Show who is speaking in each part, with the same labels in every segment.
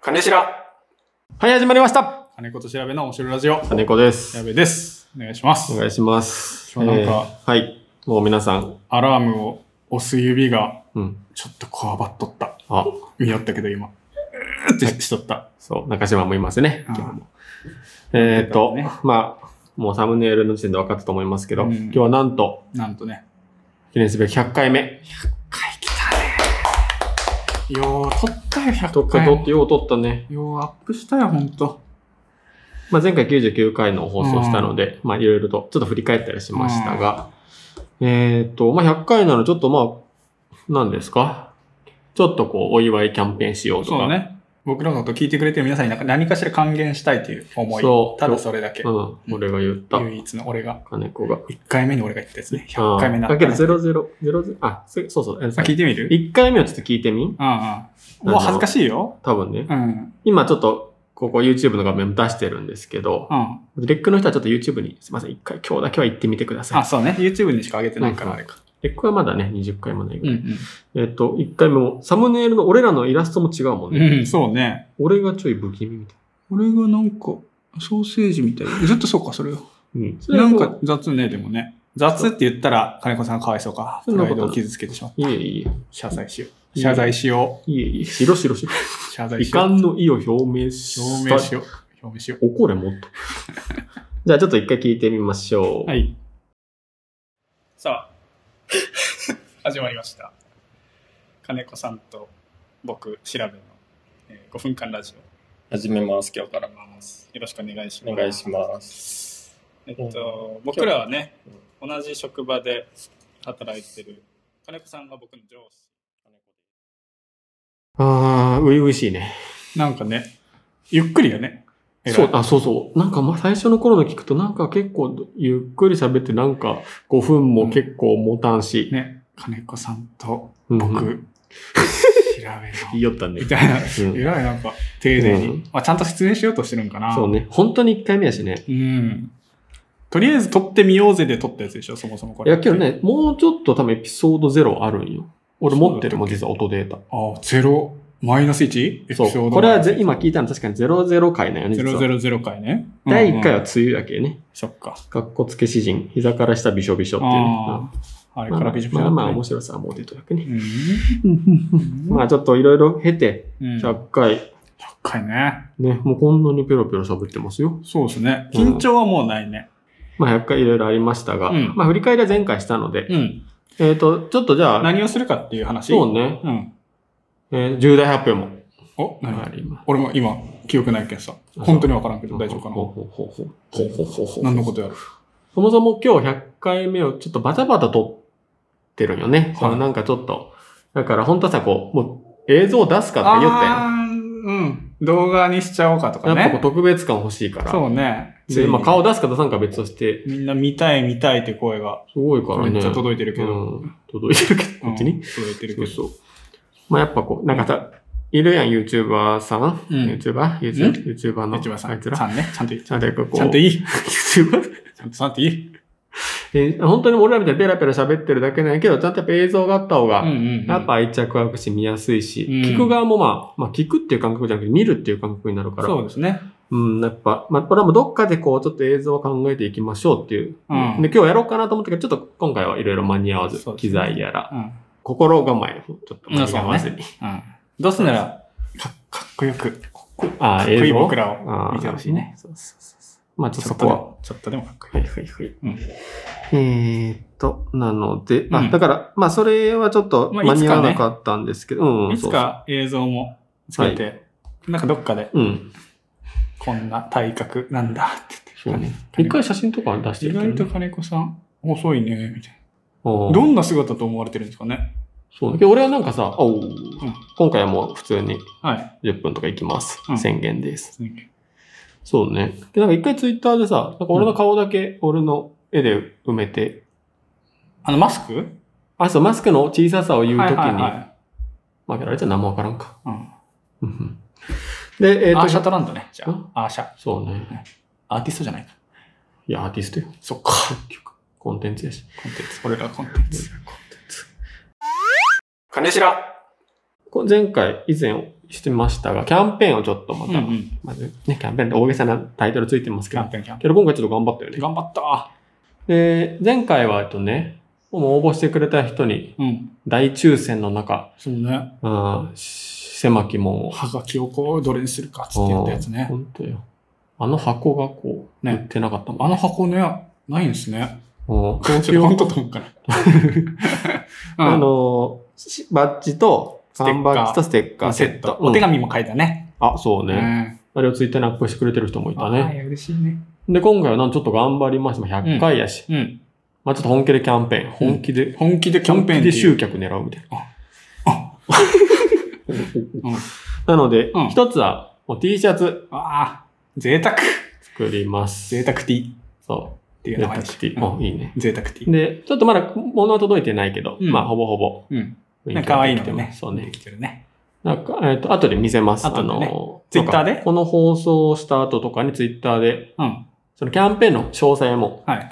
Speaker 1: 金しら。はい、始まりました。
Speaker 2: 金子と調べの面白いラジオ、
Speaker 1: 金子です
Speaker 2: や。べです。お願いします
Speaker 1: お。願いします。
Speaker 2: 今日なんか
Speaker 1: えーはい。もう皆さん、
Speaker 2: アラームを押す指が
Speaker 1: うん。
Speaker 2: ちょっとこわばっとった。
Speaker 1: あ、
Speaker 2: 見よったけど今。うーってしとった。
Speaker 1: そう、中島もいますね、
Speaker 2: あー
Speaker 1: 今日も。えーっと、
Speaker 2: ね
Speaker 1: まあ、もうサムネイルの時点で分かったと思いますけど、
Speaker 2: うん
Speaker 1: 今日はなんと、
Speaker 2: なんとね。
Speaker 1: 記念すべき100回目。
Speaker 2: よー、撮ったよ、
Speaker 1: と
Speaker 2: 100
Speaker 1: っか
Speaker 2: 回。
Speaker 1: とって、よう撮ったね。
Speaker 2: よー、アップしたよ、ほんと。
Speaker 1: まあ、前回99回の放送したので、まあ、いろいろと、ちょっと振り返ったりしましたが、えーっと、まあ、100回ならちょっとまあ、何ですかちょっとこう、お祝いキャンペーンしようとか。
Speaker 2: そうね。僕らのこと聞いてくれてる皆さんになんか何かしら還元したいという思い。
Speaker 1: そう
Speaker 2: ただそれだけ。
Speaker 1: うん、俺が言った。
Speaker 2: 唯一の俺が。
Speaker 1: 金子が。
Speaker 2: 1回目に俺が言ったやつね。100回目な
Speaker 1: だ
Speaker 2: っ
Speaker 1: け
Speaker 2: た
Speaker 1: ど、
Speaker 2: ね。
Speaker 1: ゼロゼロ、ゼロゼロ、あ、せそうそう、え
Speaker 2: あ
Speaker 1: さ
Speaker 2: 聞いてみる
Speaker 1: 1回目をちょっと聞いてみん
Speaker 2: うんうん。もう恥ずかしいよ。
Speaker 1: 多分ね
Speaker 2: う。ん。
Speaker 1: 今ちょっと、ここ YouTube の画面出してるんですけど
Speaker 2: う、ん。
Speaker 1: レックの人はちょっと YouTube に、すいません、一回今日だけは行ってみてくださ
Speaker 2: あ、
Speaker 1: い。
Speaker 2: そうね。YouTube にしか上げてないから、
Speaker 1: うん
Speaker 2: あれか。
Speaker 1: レックはまだね、20回もないぐ
Speaker 2: う
Speaker 1: らい。
Speaker 2: ん
Speaker 1: えっと、1回目も、サムネイルの俺らのイラストも違うもん
Speaker 2: うん。う
Speaker 1: ね
Speaker 2: ん、。そうね。
Speaker 1: 俺がちょい不気味みたい。
Speaker 2: 俺がなんか、ソーセージみたい。ずっとそうか、それを。
Speaker 1: うん。それ
Speaker 2: な
Speaker 1: は
Speaker 2: ん
Speaker 1: もう
Speaker 2: か、雑ね、でもね。雑って言ったら、金子さんかわいそうか。
Speaker 1: そん
Speaker 2: プ
Speaker 1: な
Speaker 2: ラ
Speaker 1: こ
Speaker 2: イ
Speaker 1: と
Speaker 2: ドを傷つけてしまう。
Speaker 1: いえいえ。
Speaker 2: 謝罪しよう。
Speaker 1: いい
Speaker 2: 謝罪しよ
Speaker 1: いえいえ。白白 白。
Speaker 2: う。謝罪
Speaker 1: 遺
Speaker 2: しよう。
Speaker 1: 憾の意を表明し
Speaker 2: 表
Speaker 1: た
Speaker 2: 明しよう。表明しよ
Speaker 1: 怒れもっと。 じゃあちょっと一回聞いてみましょ
Speaker 2: う。
Speaker 1: う。
Speaker 2: はい。さあ、 始まりました。金子さんと僕、調べの、えー、5分間ラジ
Speaker 3: 始めます、今日
Speaker 2: オ
Speaker 3: から。
Speaker 2: よろしくお願いします。
Speaker 3: お願いします。
Speaker 2: えっと、僕らはね、同じ職場で働いてる、金子さんが僕の上
Speaker 1: ああ、ういういしいね。
Speaker 2: 司。なんかね、ゆっくりよね。
Speaker 1: そう、あ、そうそう。なんかまあ最初の頃の聞くとなんか結構ゆっくり喋ってなんか5分も結構持たんし。
Speaker 2: ね、金子さんと
Speaker 1: うん
Speaker 2: 僕、
Speaker 1: うん
Speaker 2: 調べ の、
Speaker 1: 言いよったね
Speaker 2: み。た い
Speaker 1: う
Speaker 2: な、
Speaker 1: ん
Speaker 2: えらいなんか、丁寧に、
Speaker 1: うん
Speaker 2: まあ、ちゃんと説明しようとしてるんかな。
Speaker 1: そうね。本当に1回目やしね。
Speaker 2: うん。とりあえず撮ってみようぜで撮ったやつでしょ、そもそもこ
Speaker 1: い
Speaker 2: れ。
Speaker 1: や、けど。ね、もうちょっと多分エピソード0あるんよ。俺持ってるもん、
Speaker 2: そう
Speaker 1: 実は音データ。
Speaker 2: あ、ゼロ、マイナス 1? エピソ
Speaker 1: そ
Speaker 2: ード
Speaker 1: う。これはぜ今聞いたの確かに00回なんよね、実は。
Speaker 2: 000回ね。
Speaker 1: 第1回
Speaker 2: うん
Speaker 1: は
Speaker 2: うん。
Speaker 1: 梅雨やけね。
Speaker 2: そっか。
Speaker 1: かっこつけ詩人。膝から下びしょびしょっていうね。うん
Speaker 2: ああ、あれ
Speaker 1: まあ
Speaker 2: か
Speaker 1: ま
Speaker 2: ら
Speaker 1: あ
Speaker 2: ビジョン
Speaker 1: まあまあ面白さはもう出とるわけね。
Speaker 2: うん。
Speaker 1: まあちょっといろいろ経て、
Speaker 2: うん、100
Speaker 1: 100回、
Speaker 2: 回ね。
Speaker 1: ね、もうこんなにペロペロ喋ってますよ。
Speaker 2: そうですね。
Speaker 1: うん
Speaker 2: 緊張はもうないね。
Speaker 1: まあ100回いろいろありましたが、
Speaker 2: うん
Speaker 1: まあ振り返りは前回したので、
Speaker 2: うん。
Speaker 1: えっ、と、ちょっとじゃあ、
Speaker 2: 何をするかっていう話。
Speaker 1: そう。ね、
Speaker 2: うん。
Speaker 1: えー重大発表も
Speaker 2: お、何、
Speaker 1: あります。
Speaker 2: 俺も今、記憶ないけどさ。
Speaker 1: そう
Speaker 2: 本当にわからんけど大丈夫か
Speaker 1: ほう
Speaker 2: な。
Speaker 1: ほうほうほうほうほうほうほう
Speaker 2: 何のことやる
Speaker 1: そもそも今日100回目をちょっとバタバタ撮ってるんよね。そのなんかちょっと、だから本当はさ、こう、もう映像を出すかって言ったよ。
Speaker 2: あーうん。動画にしちゃおうかと
Speaker 1: や
Speaker 2: か
Speaker 1: っぱこう
Speaker 2: ね。
Speaker 1: 特別感欲しいから。
Speaker 2: そうね。
Speaker 1: で、まあ顔出すか出さんかは別として、
Speaker 2: みんな見たい見たいって声が
Speaker 1: すごいからね。
Speaker 2: めっちゃ届いてるけど。
Speaker 1: うん届いてるけど、こっちに。
Speaker 2: うん届いてるけ
Speaker 1: そうそ
Speaker 2: ど。
Speaker 1: う。まあやっぱこう、なんかさ、いるやん、YouTuber さん。
Speaker 2: うん
Speaker 1: YouTuber?YouTuber
Speaker 2: YouTube
Speaker 1: YouTuber の。
Speaker 2: 一番さ
Speaker 1: あ
Speaker 2: ん
Speaker 1: いつ、
Speaker 2: さ
Speaker 1: ら。
Speaker 2: んね。ちゃんといい。ち
Speaker 1: ちゃんとやっぱこう。
Speaker 2: ゃんといい。
Speaker 1: YouTuber?
Speaker 2: ちゃんとさんっていい。
Speaker 1: え本当に俺らみたいにペラペラ喋ってるだけなんやけど、ちゃんとやっぱ映像があった方が、
Speaker 2: うんうんうん。
Speaker 1: やっぱ愛着湧くし見やすいし、
Speaker 2: うん
Speaker 1: 聞く側もまあ、まあ聞くっていう感覚じゃなくて見るっていう感覚になるから、
Speaker 2: そうですね。
Speaker 1: うん、やっぱ、まあ、これはもうどっかでこう、ちょっと映像を考えていきましょうっていう。
Speaker 2: うん
Speaker 1: で、今日やろうかなと思ったけど、ちょっと今回はいろいろ間に合わず、
Speaker 2: そうです
Speaker 1: 機
Speaker 2: ね
Speaker 1: 材やら、
Speaker 2: うん。
Speaker 1: 心構えをちょっと間に合わずに。
Speaker 2: うん。どうすんなら、かかっこよく、
Speaker 1: あ
Speaker 2: かっ
Speaker 1: あ、
Speaker 2: こい
Speaker 1: 映
Speaker 2: い
Speaker 1: 像
Speaker 2: 僕らを
Speaker 1: ああ
Speaker 2: 見てほしいね。
Speaker 1: そうそうそうそう。まあ、ちょっと
Speaker 2: ちょ
Speaker 1: そ
Speaker 2: っと
Speaker 1: こは。
Speaker 2: でも、ちょっとでもかっこいい。
Speaker 1: はいはいはい。
Speaker 2: うん
Speaker 1: えーっと、なので、
Speaker 2: う
Speaker 1: あ、
Speaker 2: ん
Speaker 1: だから、まあ、それはちょっと
Speaker 2: まあ
Speaker 1: 間に合わなかったんですけど、うん、
Speaker 2: いつか映像もつけて、なんかどっかで、
Speaker 1: そうそう。うん。
Speaker 2: こんな体格なんだって
Speaker 1: そう
Speaker 2: 言って
Speaker 1: ね。一回写真とか出して
Speaker 2: 意
Speaker 1: るけどね
Speaker 2: 外と金子さん、遅いね、みたい
Speaker 1: あ
Speaker 2: な。
Speaker 1: あ
Speaker 2: どんな姿と思われてるんですかね。
Speaker 1: そうね。けど俺はなんかさ、おう今回はもう普通に
Speaker 2: はい。
Speaker 1: 10分とか行きます。
Speaker 2: うん
Speaker 1: 宣言です。そうね。で、なんか一回ツイッターでさ、なんか俺の顔だけ俺の絵で埋めて、
Speaker 2: あの、マスク
Speaker 1: あ、そう、マスクの小ささを言うときに、
Speaker 2: はいはいはい
Speaker 1: まあ、あれじゃ何もわからんか。
Speaker 2: うん
Speaker 1: うんうんで、えっ、
Speaker 2: アーシャ
Speaker 1: と、
Speaker 2: トランドね。じゃ
Speaker 1: うん
Speaker 2: あ、アーシャ。
Speaker 1: そうね。
Speaker 2: アーティストじゃないか。
Speaker 1: いや、アーティストよ。
Speaker 2: そっか。
Speaker 1: コンテンツやし。
Speaker 2: コンテンツ。俺らコンテンツ。
Speaker 1: これ前回、以前、してましたが、キャンペーンをちょっとま
Speaker 2: うん
Speaker 1: た、
Speaker 2: うん。
Speaker 1: まあね、キャンペーンって大げさなタイトルついてます
Speaker 2: キ
Speaker 1: け
Speaker 2: ャン
Speaker 1: ど、
Speaker 2: ペーン、キャンペ
Speaker 1: けど今回ちょっと頑張ったよ
Speaker 2: ーン。
Speaker 1: ね。
Speaker 2: 頑張った。
Speaker 1: で、前回は、えっとね、もう応募してくれた人に
Speaker 2: うん。
Speaker 1: 大抽選の中、
Speaker 2: そうね。
Speaker 1: うん、し狭き門を。
Speaker 2: はがきをこう、どれにするかっつってやったやつね。
Speaker 1: 本当よ。あの箱がこう、
Speaker 2: ね
Speaker 1: 売ってなかったもん
Speaker 2: あの箱ね、ないんですね。
Speaker 1: うん東
Speaker 2: ちょっと本
Speaker 1: 京、
Speaker 2: 当と思う から。
Speaker 1: あ
Speaker 2: うん
Speaker 1: の、しバッジと、
Speaker 2: テッカー
Speaker 1: 缶バッジとステッカー
Speaker 2: セ
Speaker 1: セ
Speaker 2: ッ
Speaker 1: ッ
Speaker 2: ト
Speaker 1: ト。。
Speaker 2: お手
Speaker 1: うん
Speaker 2: 紙も書いたね。
Speaker 1: あ、そう
Speaker 2: う
Speaker 1: ね。
Speaker 2: ん。
Speaker 1: あれをツイッターにアップしてくれてる人もいた
Speaker 2: は
Speaker 1: ね。
Speaker 2: い、嬉しいね。
Speaker 1: で、今回はなんとちょっと頑張りました。100回やし。
Speaker 2: うん。
Speaker 1: まあちょっと本気でキャンペーン。本気で、
Speaker 2: 本気でキャンペー
Speaker 1: 本
Speaker 2: ンっ
Speaker 1: 気
Speaker 2: て
Speaker 1: で
Speaker 2: いう
Speaker 1: 集客狙うみたい
Speaker 2: あ
Speaker 1: な。
Speaker 2: うん
Speaker 1: なので
Speaker 2: うん、
Speaker 1: 一つは、もう T シャツ
Speaker 2: あー、贅沢。
Speaker 1: 作ります。
Speaker 2: 贅沢ティーっ
Speaker 1: そ
Speaker 2: て
Speaker 1: う。
Speaker 2: いう
Speaker 1: 贅
Speaker 2: 名前
Speaker 1: 沢
Speaker 2: にし
Speaker 1: ティー。もういいね。
Speaker 2: うん贅沢ティー。
Speaker 1: で、ちょっとまだ物は届いてないけど、
Speaker 2: うん
Speaker 1: まあほぼほぼ。
Speaker 2: うん。
Speaker 1: 雰囲
Speaker 2: なん
Speaker 1: 気
Speaker 2: か可愛いの
Speaker 1: 出てきて
Speaker 2: が
Speaker 1: ま
Speaker 2: ね
Speaker 1: す。そうね
Speaker 2: で。きてるね。
Speaker 1: なんか、えっ、と、後で見せます。
Speaker 2: 後でね
Speaker 1: の、
Speaker 2: Twitter で
Speaker 1: なんかこの放送した後とかにツイッターで、
Speaker 2: うん。
Speaker 1: そのキャンペーンの詳細も
Speaker 2: はい。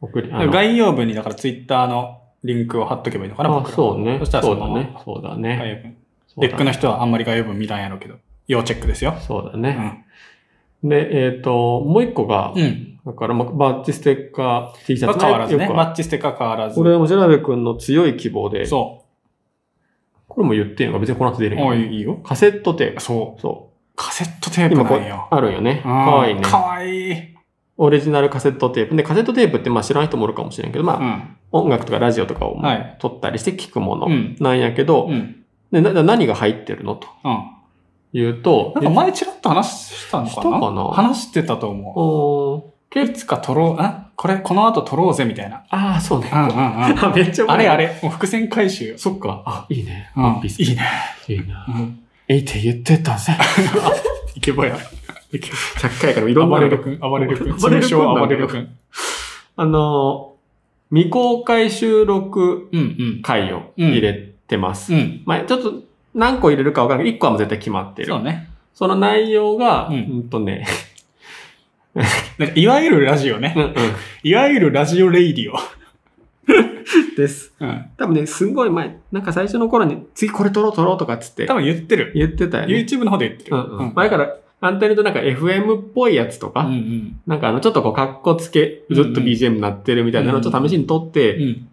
Speaker 1: 送り、あの
Speaker 2: 概要文にだからツイッターのリンクを貼っとけばいいのかな、
Speaker 1: あ、
Speaker 2: 僕ら。
Speaker 1: そうね。
Speaker 2: そしたら
Speaker 1: そ
Speaker 2: そう
Speaker 1: だ
Speaker 2: の
Speaker 1: ね。そうだ
Speaker 2: 概
Speaker 1: ね。
Speaker 2: 要文。
Speaker 1: そうだね
Speaker 2: デックの人はあんまり概要文見らんやろうけど、要チェックですよ。
Speaker 1: そうだ
Speaker 2: う
Speaker 1: ね。
Speaker 2: ん。
Speaker 1: で、えっ、と、もう一個が、
Speaker 2: うん。
Speaker 1: だから、まあ、バッジステッカー、T シャ
Speaker 2: は
Speaker 1: ツ、
Speaker 2: 変わらずね。
Speaker 1: よく
Speaker 2: マ
Speaker 1: ある
Speaker 2: ッチステッカー変わらず。
Speaker 1: これもジェラベ君の強い希望で、
Speaker 2: そ
Speaker 1: これも言ってんのか、別にこの後出
Speaker 2: う。
Speaker 1: るんや
Speaker 2: おいいよ。
Speaker 1: カセットテープ。
Speaker 2: そう。
Speaker 1: そ
Speaker 2: カセットテー
Speaker 1: う。
Speaker 2: プ
Speaker 1: 今こ
Speaker 2: なん
Speaker 1: れ
Speaker 2: よ。
Speaker 1: あるんよね。か
Speaker 2: うん
Speaker 1: わいいね。
Speaker 2: かわいい。うん。
Speaker 1: オリジナルカセットテープ。で、カセットテープってまあ知らん人もおるかもしれんけど、まあ、音楽とかラジオとかを
Speaker 2: はい
Speaker 1: 撮ったりして聞くもの
Speaker 2: うん。
Speaker 1: なんやけど、
Speaker 2: うん。
Speaker 1: でな何が入ってるのと
Speaker 2: うん。
Speaker 1: いうと、
Speaker 2: なんか前ちらっと話したのかな
Speaker 1: したかな
Speaker 2: 話してたと
Speaker 1: え
Speaker 2: 思
Speaker 1: おー
Speaker 2: う。いつか撮ろう、あこれ、この後撮ろうぜみたいな。
Speaker 1: ああ、そうね
Speaker 2: う。んうんうん。
Speaker 1: あめっちゃ
Speaker 2: あれあ
Speaker 1: れ。
Speaker 2: れ、もう伏線回収。
Speaker 1: そっか。あ、いいね。
Speaker 2: うん
Speaker 1: ワンピース
Speaker 2: いいね。
Speaker 1: いいな。
Speaker 2: うん。
Speaker 1: えいって言ってた ぜ。
Speaker 2: い けばや。
Speaker 1: 100回からいろん
Speaker 2: 暴
Speaker 1: な
Speaker 2: れる君、暴れる君。
Speaker 1: 暴れる君
Speaker 2: 通称暴れる君。
Speaker 1: あのー、未公開収録
Speaker 2: うん
Speaker 1: 回を入れてます。
Speaker 2: うん。うん。
Speaker 1: まあちょっと何個入れるかわからないけど、1個はもう絶対決まってる。
Speaker 2: そうね。
Speaker 1: その内容が、
Speaker 2: う
Speaker 1: うんん、とね、
Speaker 2: なんかいわゆるラジオね。いわゆるラジオレイディオ。
Speaker 1: です。
Speaker 2: うん。
Speaker 1: 多分ね、すんごい前、なんか最初の頃に、次これ撮ろう撮ろうとかっつって
Speaker 2: 多、分言ってる。
Speaker 1: 言ってたよね。
Speaker 2: YouTube の方で言って
Speaker 1: う
Speaker 2: る。
Speaker 1: んうん。前から、アンテナとなんか FM っぽいやつとか、
Speaker 2: うんうん。
Speaker 1: なんかあの、ちょっとこう、格好つけ、ずっと BGM 鳴ってるみたいなのをちょっと試しに撮って、
Speaker 2: うん。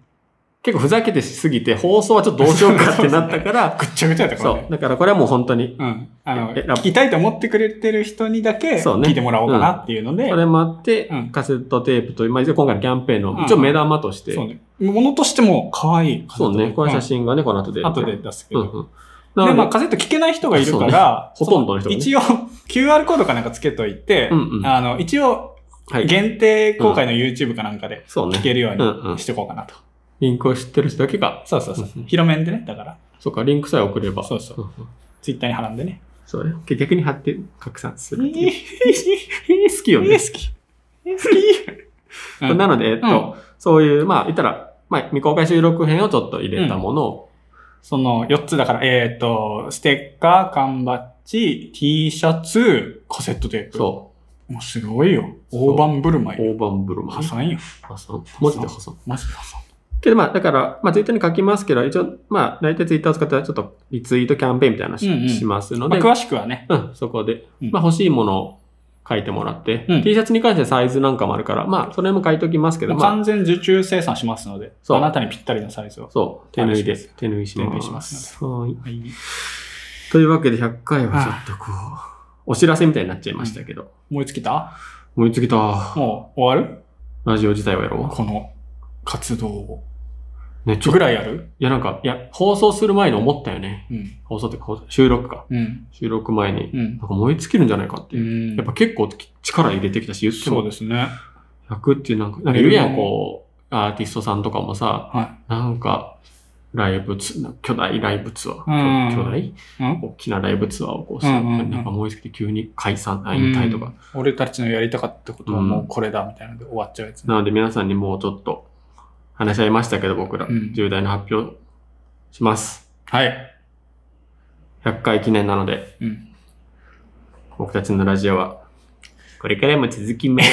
Speaker 1: 結構ふざけてしすぎて、放送はちょっとどうしようかってなった から、
Speaker 2: ぐっちゃぐちゃやったから
Speaker 1: そ
Speaker 2: ね
Speaker 1: う。。だからこれはもう本当に、
Speaker 2: うん。あの、
Speaker 1: えラ
Speaker 2: 聞きたいと思ってくれてる人にだけ、
Speaker 1: そうね
Speaker 2: 聞いてもらおうかなっていうので、
Speaker 1: それもあって、
Speaker 2: うん
Speaker 1: カセットテープという、まあ、一応今回のキャンペーン
Speaker 2: うん
Speaker 1: の、一応目玉として、
Speaker 2: そうね。ものとしても可愛い。
Speaker 1: そうね、これ写真がね、この後で。
Speaker 2: うん後で。出すけ
Speaker 1: う
Speaker 2: ど。
Speaker 1: んうん。
Speaker 2: で
Speaker 1: なので、
Speaker 2: まあ、カセット聞けない人がいるから、
Speaker 1: そうねほとんどの人がね
Speaker 2: 一応、QR コードかなんかつけといて、
Speaker 1: うんうん
Speaker 2: あの、一応、
Speaker 1: はい。
Speaker 2: 限定公開の YouTube かなんかで
Speaker 1: そう
Speaker 2: 聞
Speaker 1: ね。
Speaker 2: けるよ
Speaker 1: う
Speaker 2: うん
Speaker 1: うん
Speaker 2: にし。てこうかなと。
Speaker 1: リンクを知ってる人だけが
Speaker 2: そうそうそう
Speaker 1: うん。
Speaker 2: 広めんでね、だから。
Speaker 1: そうか、リンクさえ送れば。
Speaker 2: そうそうん
Speaker 1: ん。
Speaker 2: ツイッターに貼らんでね。
Speaker 1: そうね。逆に貼って拡散す
Speaker 2: えー
Speaker 1: る。
Speaker 2: えー
Speaker 1: 好きよね。
Speaker 2: 好き。えー好き。うん
Speaker 1: なので、えっと、そういう、まあ、言ったら、まあ、未公開収録編をちょっと入れたものを、
Speaker 2: その4つだから、えっ、と、ステッカー、缶バッジ、T シャツ、カセットテープ。
Speaker 1: そ
Speaker 2: もうすごいよ。
Speaker 1: そう
Speaker 2: 大盤振る
Speaker 1: う、
Speaker 2: 舞いよ。
Speaker 1: 大盤振る舞
Speaker 2: 破
Speaker 1: い。
Speaker 2: 産よ。
Speaker 1: 破産。文字で破産。
Speaker 2: マジで破産。
Speaker 1: けど、まあ、だから、まあ、ツイッターに書きますけど、一応、まあ、大体ツイッターを使ったら、ちょっと、リツイートキャンペーンみたいなのし,、
Speaker 2: うんうん
Speaker 1: しますの
Speaker 2: まあ、
Speaker 1: で、
Speaker 2: 詳しくはね。
Speaker 1: うん、そこで、
Speaker 2: うん
Speaker 1: まあ、欲しいものを書いてもらって、
Speaker 2: うん
Speaker 1: T シャツに関してはサイズなんかもあるから、まあ、それも書いときますけど、
Speaker 2: もう
Speaker 1: まあ、
Speaker 2: 完全受注生産しますので、
Speaker 1: そう
Speaker 2: あなたにぴったりのサイズを。
Speaker 1: そう、手縫いで、
Speaker 2: 試し
Speaker 1: 手縫いします。
Speaker 2: 手縫いします
Speaker 1: はい。
Speaker 2: はい。
Speaker 1: というわけで100回はちょっとこう、お知らせみたいになっちゃいましたけど。
Speaker 2: 思いつきた
Speaker 1: 思いつきた。
Speaker 2: もう終わる
Speaker 1: ラジオ自体はやろ
Speaker 2: この活動を。
Speaker 1: う。ね、ちょ、
Speaker 2: ぐらいやる
Speaker 1: いやなんか、いや、放送する前に思ったよね。
Speaker 2: うん。
Speaker 1: 放送っていうか、放送収録か。
Speaker 2: うん。
Speaker 1: 収録前に。
Speaker 2: うん
Speaker 1: なん。か燃え尽きるんじゃないかって
Speaker 2: う
Speaker 1: いう。
Speaker 2: ん。
Speaker 1: やっぱ結構き力入れてきたし、言って
Speaker 2: そう
Speaker 1: も
Speaker 2: ですね。
Speaker 1: 100っていうなんか、なんかいるや
Speaker 2: うん
Speaker 1: ん、こう、アーティストさんとかもさ、
Speaker 2: は
Speaker 1: なんか、ライブツアー、巨大ライブツアー、
Speaker 2: うん
Speaker 1: 巨巨大
Speaker 2: い。うん。
Speaker 1: 大きなライブツアーをこうさ、
Speaker 2: うんうんうん
Speaker 1: なんか燃え尽きて急に解散、あ引退とか
Speaker 2: う、ん。俺たちのやりたかったことはもうこれだみたいなので終わっちゃうやつね。
Speaker 1: なので皆さんにもうちょっと話し合いましたけど、僕ら、
Speaker 2: うん
Speaker 1: 重大な発表します。
Speaker 2: はい。
Speaker 1: 100回記念なので、
Speaker 2: うん。
Speaker 1: 僕たちのラジオは、これからも続きま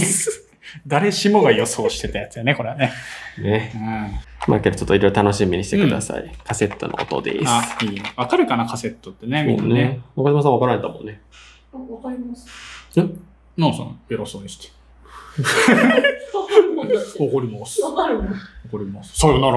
Speaker 1: す。
Speaker 2: 誰しもが予想してたやつやね、これはね。
Speaker 1: ね。
Speaker 2: うん。
Speaker 1: まあけどちょっといろいろ楽しみにしてください。カセットの音です。
Speaker 2: あ、いいね。わかるかな、カセットってね、み
Speaker 1: そうん
Speaker 2: なね。
Speaker 1: ね。岡島さん分かられたもんね。
Speaker 4: わかります。
Speaker 2: ノーさん、偉そうにして。
Speaker 4: わかるもんだって
Speaker 2: 怒ります。
Speaker 4: わかるもん。
Speaker 2: 怒ります。さよなら。